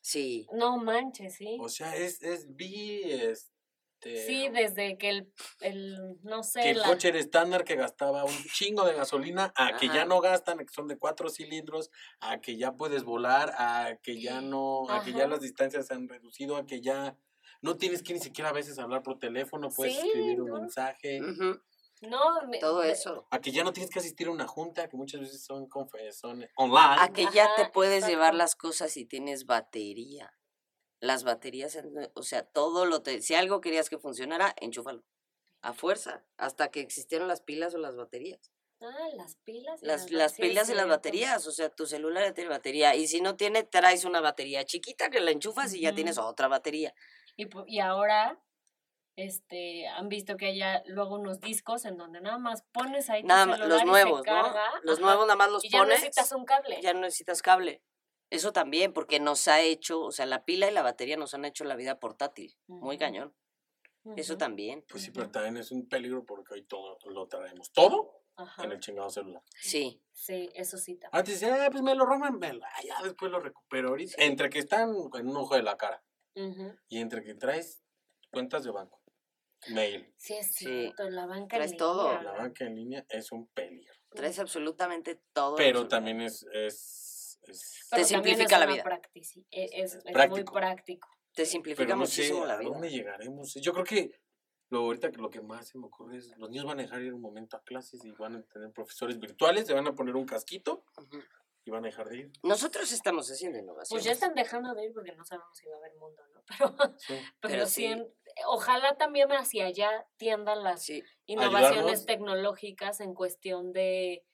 Sí. No manches, sí. O sea, es, es vi este. Sí, desde que el, el no sé, que el la- coche era estándar que gastaba un chingo de gasolina, a que ya Ajá. no gastan, a que son de cuatro cilindros, a que ya puedes volar, a que ya no, a que ya Ajá. las distancias se han reducido, a que ya no tienes que ni siquiera a veces hablar por teléfono, puedes Sí, escribir un ¿no? Mm. mensaje, Ujú, no, me- Todo me- eso. a que ya no tienes que asistir a una junta, que muchas veces son, confe- son online. a que ya te Ajá, puedes llevar exacto. las cosas si tienes batería. Las baterías, en- o sea, todo lo te, si algo querías que funcionara, enchúfalo. A fuerza, hasta que existieron las pilas o las baterías. Ah, las pilas. y Las, ba- las sí es pilas y las cierto. baterías, o sea, tu celular ya tiene batería. Y si no tiene, traes una batería chiquita que la enchufas y ya tienes Ujú. otra batería. Y, pu- y ahora, este, han visto que hay ya luego unos discos en donde nada más pones ahí tu Nada más, celular los y se nuevos, ¿no? carga, Los ajá, nuevos nada más los Y ya no pones. necesitas un cable. ya no necesitas cable. Eso también, porque nos ha hecho, o sea, la pila y la batería nos han hecho la vida portátil. Muy Ujú. cañón. Eso Ujú, también. Pues sí, pero también es un peligro porque hoy todo lo traemos, todo Ajá. en el chingado celular. Sí. Sí, eso sí también. Antes decía, "Ah, pues me lo roban, me lo- ah, ya después lo recupero ahorita. Entre que están en un ojo de la cara. Ujú. Y entre que traes cuentas de banco, mail, Sí, es Sí. cierto, la banca Traes en todo. línea. la banca en línea es un peligro. Traes absolutamente todo. en el Pero celular. también es, es, es- Pero Oh, Te también simplifica es la una vida. practici- e- Es, es muy práctico. práctico. Te simplifica eh, pero no sé muchísimo a la vida. dónde llegaremos. Yo creo que lo ahorita que lo que más se me ocurre es los niños van a dejar ir un momento a clases y van a tener profesores virtuales, se van a poner un casquito Ujú. y van a dejar de ir. Nosotros estamos haciendo innovación. Pues ya están dejando de ir porque no sabemos si va a haber mundo, ¿no? *laughs* Pero, pero, Sí. Pero sí, sí. en- ojalá también hacia allá tiendan las Sí. innovaciones Ayudarnos. tecnológicas en cuestión de,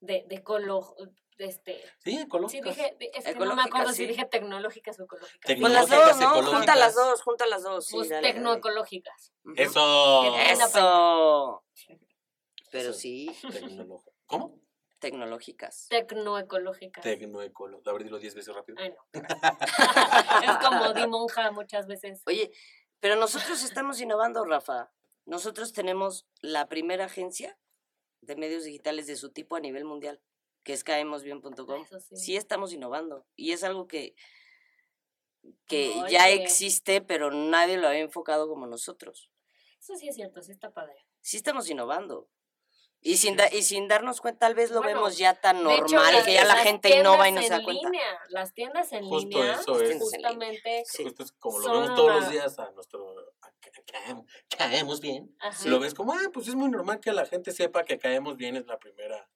de, de colo- de este, Sí, sí ecológicas. dije, de- es que no me Ecológicas, acuerdo si sí. dije tecnológicas o ecológicas. Pues Tecnológicas, las dos, ¿no? ecológicas. Junta las dos, junta las dos. Sí, Pues dale, dale, dale. tecnoecológicas. Ujú. Eso. Que tenga Eso. Pero pues, Eso. sí, Tecnológico. ¿Cómo? tecnológicas. Tecnoecológicas. Tecnoecológico. A ver, dilo 10 veces rápido. Ay, no. *laughs* es como di monja muchas veces. Oye, pero nosotros estamos innovando, Rafa. Nosotros tenemos la primera agencia de medios digitales de su tipo a nivel mundial, que es caemosbien.com. Eso sí. pues, Sí estamos innovando y es algo que, que ya Oye. existe, pero nadie lo había enfocado como nosotros. Eso sí es cierto, sí está padre. Sí estamos innovando. Y sin, da- y sin darnos cuenta, tal vez lo Bueno, vemos ya tan De hecho, normal las- que ya la las gente innova y no tiendas se da en cuenta. línea, las tiendas en Justo línea, eso es. justamente, Sí. Justo es como lo Son vemos todos los una- días a nuestro. a ca- caem- caemos bien. ajá, Lo ves como, ah, pues es muy normal que la gente sepa que caemos bien es la primera.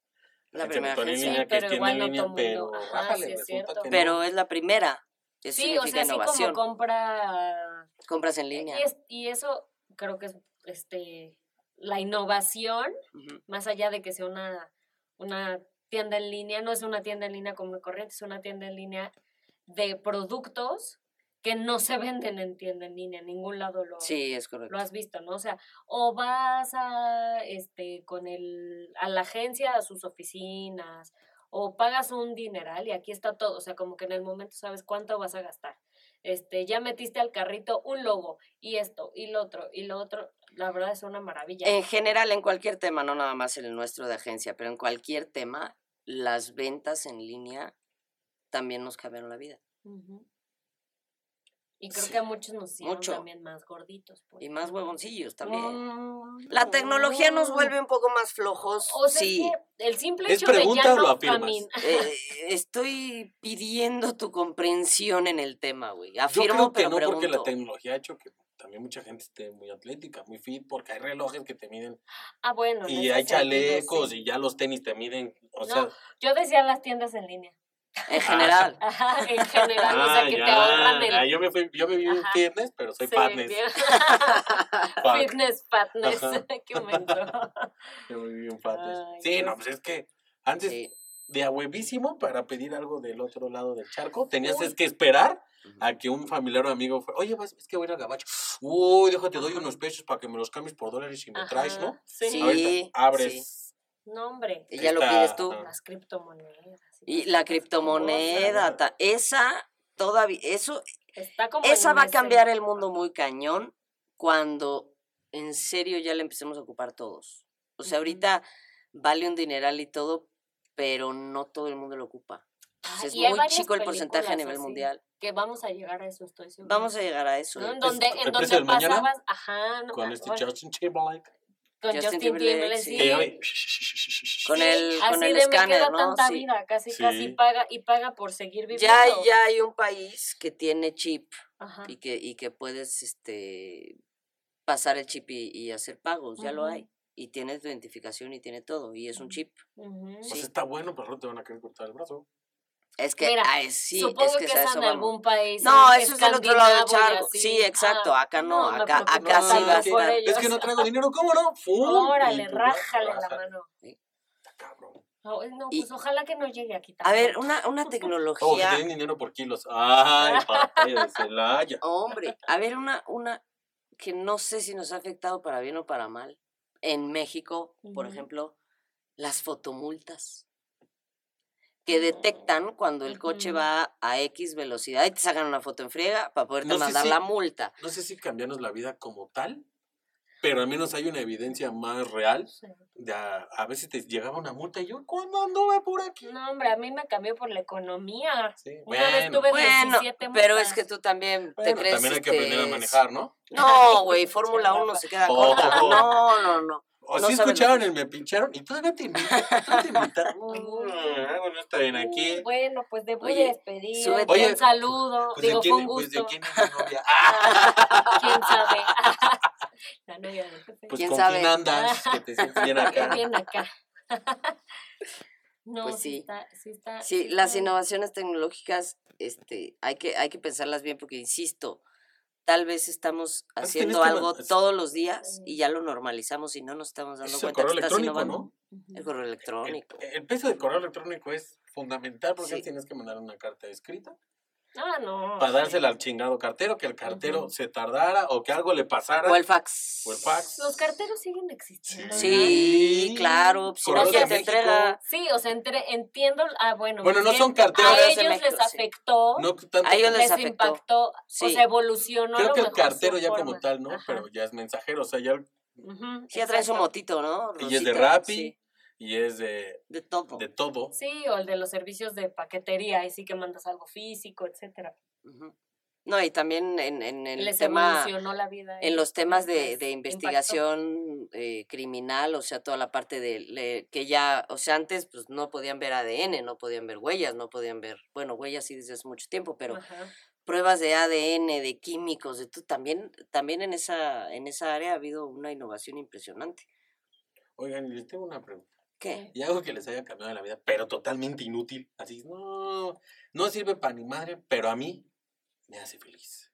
La agencia primera virtual en agencia. línea, Sí, que es pero tienda igual en no línea, todo pero mundo. Ajá, bájale, sí es resulta cierto. eh, que Pero no. es la primera. Eso Sí, o significa sea, así como innovación. compra Compras en Eh, y, línea. es- y eso creo que es este la innovación, Ujú. más allá de que sea una, una tienda en línea, no es una tienda en línea común y corriente, es una tienda en línea de productos que no se venden en tienda en línea, en ningún lado lo, Sí, es correcto. lo has visto, ¿no? O sea, o vas a, este, con el, a la agencia, a sus oficinas, o pagas un dineral y aquí está todo, o sea, como que en el momento sabes cuánto vas a gastar. Este, ya metiste al carrito un logo y esto y lo otro y lo otro, la verdad es una maravilla. En general, en cualquier tema, no nada más en el nuestro de agencia, pero en cualquier tema, las ventas en línea también nos cambiaron la vida. Ujú. Y creo Sí, que a muchos nos hicieron mucho. también más gorditos. pues. por Y más ejemplo. huevoncillos también. Mm, La tecnología nos mm. vuelve un poco más flojos. O sea, es sí. que el simple ¿Es hecho de pregunta ya o lo no afirmas? caminar. Eh, estoy pidiendo tu comprensión en el tema, güey. Yo Afirmo, creo que pero no, porque la pregunto. tecnología ha hecho que también mucha gente esté muy atlética, muy fit, porque hay relojes que te miden Ah, bueno. en y ese hay sentido, chalecos sí. y ya los tenis te miden. O No, sea, Yo decía las tiendas en línea. En general. Ajá, en general, o sea, que te ah, ya, ahorran el ya, yo me fui, yo me vi un Ajá. fitness, pero soy Sí, fatness. bien. *laughs* *laughs* Fuck. Fitness, fatness. Ajá. *laughs* Qué *laughs* momento. Yo me vi un fatness. Ay, sí, qué no, pues es que antes Sí. de a huevísimo para pedir algo del otro lado del charco, tenías Uy. es que esperar Ujú. a que un familiar o amigo fuera, oye, vas, es que voy a ir al gabacho. Uy, déjate, doy unos pesos para que me los cambies por dólares y me Ajá, traes, ¿no? Sí. Sí. Ahorita abres. No, hombre. Y ya lo Esta- pides tú. ajá. Las criptomonedas. Y la criptomoneda, ta- esa todavía, eso, Está como esa en va a ese- cambiar el mundo muy cañón cuando en serio ya la empecemos a ocupar todos. O Ujú. sea, ahorita vale un dineral y todo, pero no todo el mundo lo ocupa. O sea, Ah, es y hay muy varias chico el porcentaje a películas nivel así, mundial. Que vamos a llegar a eso, estoy segura. Vamos a llegar a eso. ¿No? En Es donde, el en precio donde del mañana pasabas, ajá, no, Con me este acuerdo. Justin Timberlake. con Justin Justin Timberlake, Timberlake, sí. sí. que hoy- Con el, Así con el de me escáner, queda ¿no? tanta Sí. vida, casi Sí. casi paga y paga por seguir viviendo. Ah. Ya, hay- ya hay un país que tiene chip Ajá. y que, y que puedes este, pasar el chip y, y hacer pagos, ya lo Ujú. hay. Y tiene tu identificación y tiene todo, y es un Ujú. chip. Ujú. Pues está bueno, pero no te van a querer cortar el brazo. Es que, Mira, ah, es- sí, Supongo es que, es a es en eso vamos. algún país. No, en eso es del otro lado del escandinavo y charco. así. Ah, Sí, exacto, Ah, acá no, me acá- preocupo acá No, sí va a es que- por estar. ellos. Es que no traigo dinero, ¿cómo no? ¡Fum! Y Órale, tu brazo, rájale la rájale. mano. Está cabrón. Ay, no, Y- pues ojalá que no llegue aquí A tampoco. ver, una, Oh, una Como que te tecnología, den dinero por kilos. ¡Ay, *laughs* papaya de Celaya! hombre, a ver, una, una que no sé si nos ha afectado para bien o para mal. En México, por Ujú. ejemplo, las fotomultas que detectan cuando el coche Oh, Ujú. va a X velocidad y te sacan una foto en friega para poderte No sé mandar si- la multa. No sé si cambiarnos la vida como tal, pero al menos hay una evidencia más real. Sí. De a, a veces te llegaba una multa y yo, ¿cuándo anduve por aquí? No, hombre, a mí me cambió por la economía. Sí, Una vez tuve Bueno, 17 pero Pues, multas. es que tú también te bueno, crees. también hay que aprender a este, manejar, ¿no? *laughs* No, güey, Fórmula 1 se queda corta. Oh. No, no, no. O No si saben escucharon el manejar. me pincharon y todavía te invitan, todavía te *laughs* invitan. No, no está bien aquí. Mm, Bueno, pues debo Oye, de despedir. súbete. Oye, un saludo. Pues, Digo, ¿de quién, fue un pues, gusto. ¿de quién es la novia? Ah, ¿Quién sabe? *laughs* la novia de jefe. pues ¿Quién con quién sabe? andas, que te sientes bien Bien, acá. bien acá. no, *laughs* Pues sí. está, sí está. Sí, las está- innovaciones tecnológicas, este, hay que, hay que pensarlas bien porque, insisto, tal vez estamos Antes haciendo tenías que este algo man- todos los días Sí. y ya lo normalizamos y no nos estamos dando Es el cuenta correo que estás electrónico, innovando. ¿no? El Ujú. correo El, electrónico. el peso del correo electrónico es fundamental porque Sí. antes tienes que mandar una carta escrita Ah, no. para dársela al chingado cartero, que el cartero Ujú. se tardara o que algo le pasara. O el fax. O el fax. Los carteros siguen existiendo. ¿verdad? Sí, claro, pues, si no, Correos ¿quién de te México. entrega? Sí, o sea, entre- entiendo. Ah, bueno. Bueno, no bien, son carteros. A Correos de ellos les México, sí. afectó. No tanto A ellos como- les, les afectó. impactó, o Sí. sea, evolucionó. a Creo lo que el mejor su cartero ya como forma. tal, ¿no? Ajá. Pero ya es mensajero, o sea, ya Ujú, Sí, ya traen su exacto. motito, ¿no? y es de Rosita, Rappi sí, y es de, de todo. de todo. Sí, o el de los servicios de paquetería, ahí sí que mandas algo físico, etcétera. Ujú. No, y también en, en el Les tema. evolucionó la vida. en y los temas de, les impactó. de investigación eh, criminal, o sea, toda la parte de le- que ya, o sea, antes pues no podían ver ADN, no podían ver huellas, no podían ver, bueno, huellas sí desde hace mucho tiempo, pero Ajá. pruebas de ADN, de químicos, de tú también, también en esa, en esa área ha habido una innovación impresionante. Oigan, les tengo una pregunta. *laughs* ¿Qué? Y algo que les haya cambiado la vida, pero totalmente inútil. Así, no, no sirve para ni madre, pero a mí me hace feliz.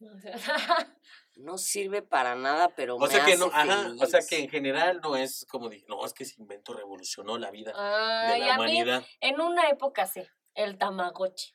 *laughs* No sirve para nada, pero O me sea que no, hace ajá, o sea que feliz. en general no es como dije, no, es que ese invento revolucionó la vida de Ay, la a mí, humanidad. en una época sí, el tamagotchi.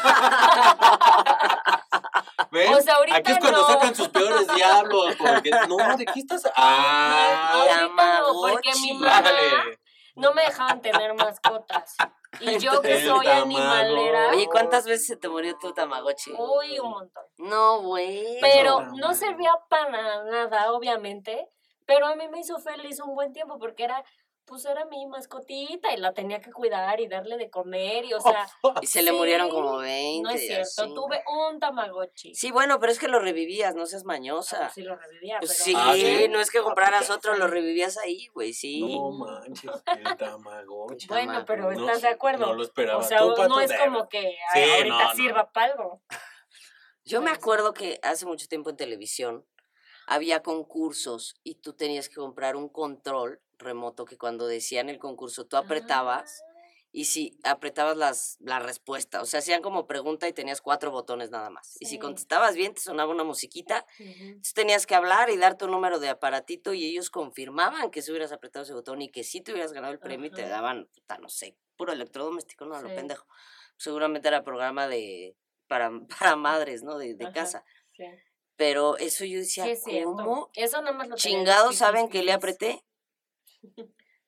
¿Ves? *laughs* O sea, ahorita Aquí es cuando no. sacan sus peores diablos, porque no, ¿de qué estás? ¡Ah! *laughs* Ya, Ahorita no, porque mi Tamagotchi. mamá Bájale. no me dejaban tener mascotas. Y yo que El soy animalera, Oye, ¿cuántas veces se te murió tu Tamagotchi? uy, un montón. No, güey. Oh. Pero No. no servía para nada, obviamente. Pero a mí me hizo feliz un buen tiempo porque era, pues era mi mascotita y la tenía que cuidar y darle de comer. Y o sea, Y se le murieron Sí, como 20. no es y cierto. así. Tuve un tamagotchi. Sí, bueno, pero es que lo revivías, no seas mañosa. Ah, pues sí lo revivía, Pues pero- sí, Ah, ¿sí? no es que compraras Ah, *laughs* otro, lo revivías ahí, güey, sí. No manches, el tamagotchi. Bueno, No, pero ¿estás de acuerdo? No lo esperaba. o sea, Tú, Pato, no es de- como que a- Sí, ahorita no, no. sirva para algo. Yo me Bueno, sí. acuerdo que hace mucho tiempo en televisión había concursos y tú Ah. tenías que comprar un control remoto que cuando decían el concurso tú apretabas y si apretabas las, la respuesta. O sea, hacían como pregunta y tenías cuatro botones nada más. Y Sí. si contestabas bien, te sonaba una musiquita. Ujú. Entonces tenías que hablar y dar tu número de aparatito y ellos confirmaban que si hubieras apretado ese botón y que sí te hubieras ganado el premio y te Ajá. daban, puta, no sé, puro electrodoméstico, no, a lo Sí. pendejo. Seguramente era programa de para, *laughs* para madres, ¿no? De, de Ajá. casa. Sí. Pero eso yo decía, Sí, es cierto. ¿cómo Eso nada más lo tenían los chingados fifís, saben que le fifís. *laughs* apreté?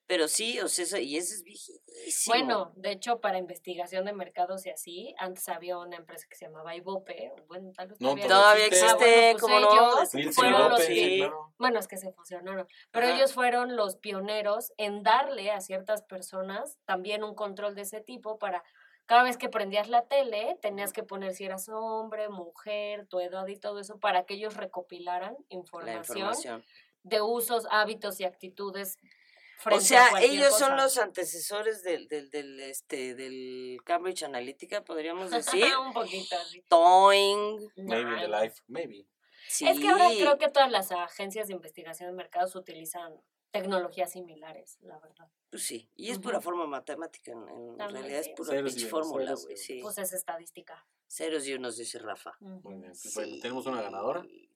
Pero sí, o sea, eso, y eso es viejísimo. Bueno, de hecho, para investigación de mercados y así, antes había una empresa que se llamaba Ibope. Bueno, tal vez No, todavía pero- Todavía existe. existe, Ah, bueno, pues como ellos no. Desde que Nilsson fueron fueron los López, que- sí, sí. claro. Bueno, es que se fusionaron. Pero Ajá. ellos fueron los pioneros en darle a ciertas personas también un control de ese tipo para cada vez que prendías la tele tenías que poner si eras hombre, mujer, tu edad y todo eso para que ellos recopilaran La información, información. de usos, hábitos y actitudes. O frente a sea, cualquier ellos son cosa. los antecesores del, del, del, este, del Cambridge Analytica, podríamos decir. *laughs* un poquito así. Toing. Maybe in the Nah, life, maybe. Sí. Es que ahora creo que todas las agencias de investigación de mercados utilizan tecnologías similares, la verdad. Pues sí, y es pura Ujú. forma matemática, en, en También realidad es sí. pura Ceros y pinche unos, fórmula, ceros y güey. unos. Sí. Pues es estadística. Ceros y unos, dice Rafa. Muy bien, pues, Sí. bueno, tenemos una ganadora. Ti,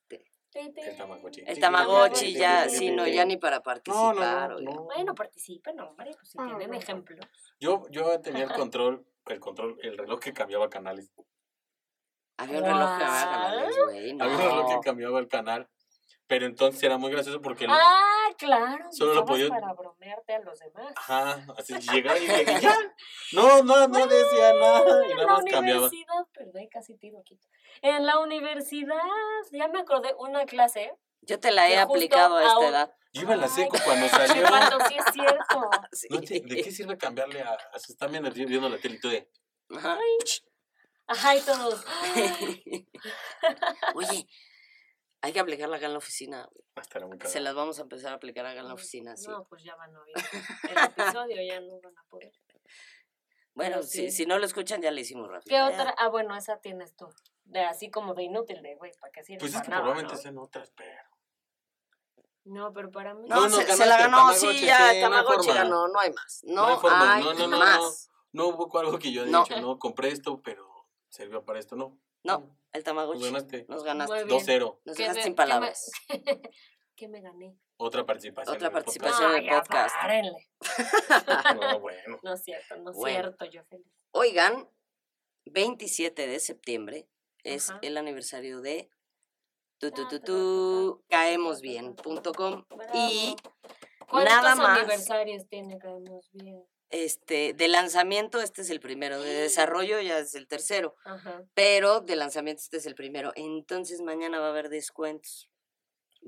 ti. El Tamagotchi. El Sí, Tamagotchi sí, ya, sí, sí, sí, no, sí. ya ni para No, no, participar. no, oigan. no. Bueno, participen, hombre, pues si Ah, tienen no. ejemplo. Yo, yo tenía el control, el control, el reloj que cambiaba canales. Había un reloj que Guau. había canales, güey. No. Había un reloj que cambiaba el canal, pero entonces era muy gracioso porque... el- Ah, claro. Solo lo usabas podía- para bromearte a los demás. Ajá, así llegaba *laughs* y decía, ya, no, no, no decía nada, y En nada la más cambiaba. universidad, perdón, casi tiro aquí. En la universidad, ya me acordé una clase. Yo te la he Que justo aplicado a esta ahora- edad. Yo iba a la Ay, seco cuando Che, salió. Pato, sí es cierto. Sí. *laughs* No te- ¿De qué sirve cambiarle a, a si están viendo, viendo la tele y tú de, Ajá. Ajá, y todos. *laughs* ay, Oye, hay que aplicarla acá en la oficina. güey. "Ah, estará muy Se cagado". las vamos a empezar a aplicar acá en la oficina, sí. No, pues ya van a oír el episodio, ya no van a *laughs* poder. Bueno, pero si, pues sí. si no lo escuchan, ya le hicimos, Rafa. ¿Qué otra? Ah, bueno, esa tienes tú. De así como de inútil, de güey, ¿para qué sirve? Pues es Para que nada, probablemente ¿no? sean otras, pero... No, pero para mí. No, No, no, se, se ganaste, la ganó, Tamagotchi, sí, ya, sí, no el hay Tamagotchi forma. ganó, no hay más. No, No hay forma, hay no, no, no, más. No hubo algo que yo haya No. dicho, no, compré esto, pero sirvió para esto, no. No, el Tú Tamagotchi. ganaste Nos ganaste. Muy bien. 2-0, Nos ¿Qué dejaste me- qué sin me- palabras. *laughs* ¿Qué me gané? otra participación. en Otra el podcast. participación. Pasión No, del ya podcast. *laughs* párenle. No, bueno. No es cierto, no es Bueno. cierto, yo feliz. Oigan, 27 de septiembre es Ajá. Ah, el aniversario de tu, Ta, ta, tu, tu, ta, ta, tu, ta, caemosbien.com y ¿Cuántos nada más. aniversarios tiene que vernos bien? este de lanzamiento este es el primero, de desarrollo ya es el tercero, Ajá. pero de lanzamiento este es el primero. Entonces mañana va a haber descuentos.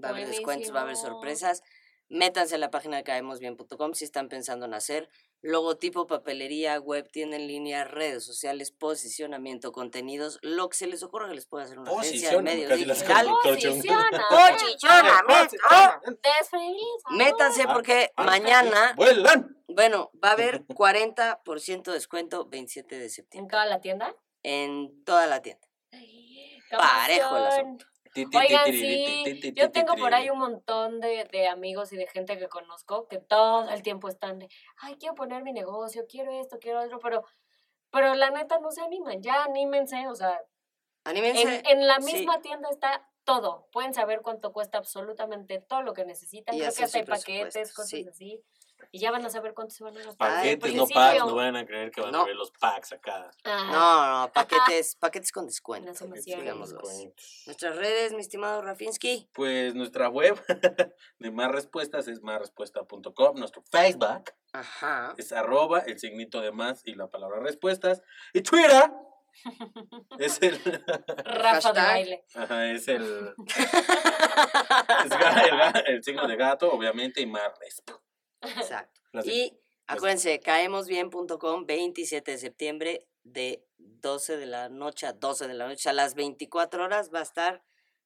Va a haber descuentos, va a haber Buenísimo. sorpresas. Métanse a la página de caemosbien.com si están pensando en hacer logotipo, papelería, web, tienda en línea, redes sociales, posicionamiento, contenidos, lo que se les ocurra que les pueda hacer una agencia de Posición, medios casi las Oh, digitales. como doctor Chung. Posicionada. Posicionada, métanse. Desfeliz. Métanse Ah, porque ah, mañana, ¡Vuelan! bueno, va a *laughs* haber 40% de descuento 27 de septiembre ¿En toda la tienda? en toda la tienda. ¡Qué Parejo el emoción! asunto. Ti, ti, Oigan, ti, tiriri, ti, sí, ti, yo ti, tengo por ahí tiriri. un montón de, de amigos y de gente que conozco que todo el tiempo están de, ay, quiero poner mi negocio, quiero esto, quiero otro, pero, pero la neta no se animan, ya anímense, o sea, en, Anímense. en la sí. misma tienda está todo, pueden saber cuánto cuesta absolutamente todo lo que necesitan, Y creo hacer que hasta su hay paquetes, presupuesto, cosas sí. así, y ya van a saber cuánto se van a gastar. Ay, Paquetes, pues, no sí, packs, yo- no van a creer que van a No. ver los packs acá. Ah, No, *laughs* no, paquetes, paquetes con en descuento. las Paquetes, emociones. digamos, digámoslo. descuentos. Nuestras redes, mi estimado Rafinsky. Pues nuestra web *laughs* de más respuestas es másrespuesta.com, nuestro Facebook *laughs* Ajá. es arroba, el signito de más y la palabra respuestas. Y Twitter es el, *laughs* Rafa de Hashtag. baile. ajá, es el, es ga- el, ga- el signo de gato, obviamente, y más resp. Exacto. Las- Y acuérdense, caemosbien.com, 27 de septiembre, de 12 de la noche a 12 de la noche, a las 24 horas va a estar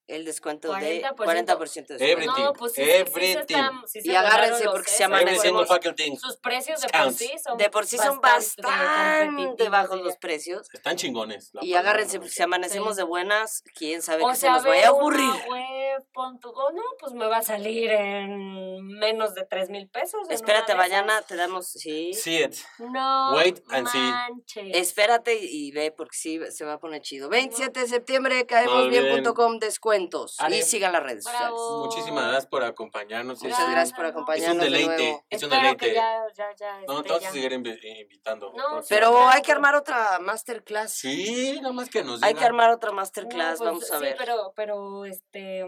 el descuento de 40%. 40% de descuento. Everything. No, pues sí, sí, sí se Everything. están- sí se Y agárrense volaron porque los ¿eh? se llaman Every precios. single Amanecemos. fucking thing. Sus precios de por Counts. sí son De por sí son bastante competitivos, bajos ya. los precios. Están chingones. la Y palabra, agárrense, ¿no? porque si amanecemos Sí. de buenas, quién sabe O qué se sea, nos ve vaya a una ocurrir. web, pon tu- o no, pues me va a salir en menos de 3 mil pesos. en Espérate, una de esas. Bayana, te damos, sí. See it. No, Wait and see. manches. Espérate y, y ve, porque sí, se va a poner chido. 27 de septiembre, caemosbien.com, descuentos. Are. Y sigan las redes Bravo. sociales. Muchísimas gracias por acompañarnos. Oh. Muchas Es un- gracias Es por un Es un acompañarnos de deleite. nuevo. Es un Espero que deleite. ya, ya, ya. No, este, te vas ya. a seguir invi- invitando. No, por Pero favor. claro. hay que armar otra masterclass. Sí, pues nada más que nos digan. Hay que armar otra No, masterclass, pues, vamos a ver. Sí, pero, pero este,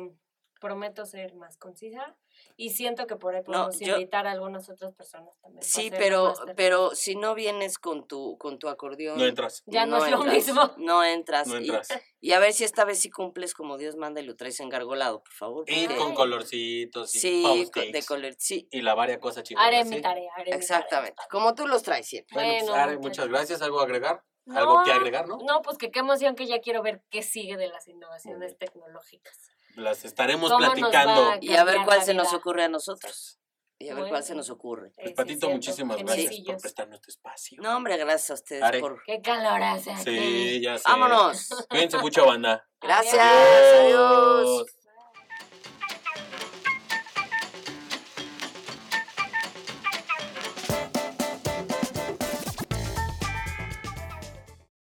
prometo ser más concisa y siento que por ahí podemos yo- invitar a algunas otras personas también. para Sí, hacer un pero, máster. pero si no vienes con tu, con tu acordeón. No entras. Ya no es lo mismo. No entras. No Y- *laughs* entras. Y, a ver si esta vez sí cumples como Dios manda y lo traes engargolado, por favor. Y porque- con colorcitos y Sí, co- de post-its color. Sí, y la varia cosa chingona. Haré ¿sí? mi tarea, haré mi exactamente. Como tú los traes siempre. Bueno, pues, Bueno, Are, muchas muchas gracias. ¿Algo a agregar? tarea. ¿Algo que agregar, no? No, pues que qué emoción que ya quiero ver qué sigue de las Muy innovaciones tecnológicas. Las estaremos ¿Cómo nos platicando. pues, va? Y a ver cambiar cuál la se nos vida. ocurre a nosotros. Y a ver cuál Bueno. se nos ocurre. Pues, Eh, sí, Patito, cierto, muchísimas gracias por geniecillos. prestarnos tu espacio. No, hombre, gracias a ustedes Are. por. Qué calor hace aquí. Sí, ya sé. ¡Vámonos! *laughs* Cuídense mucho, banda. Gracias. Adiós. Adiós. Adiós.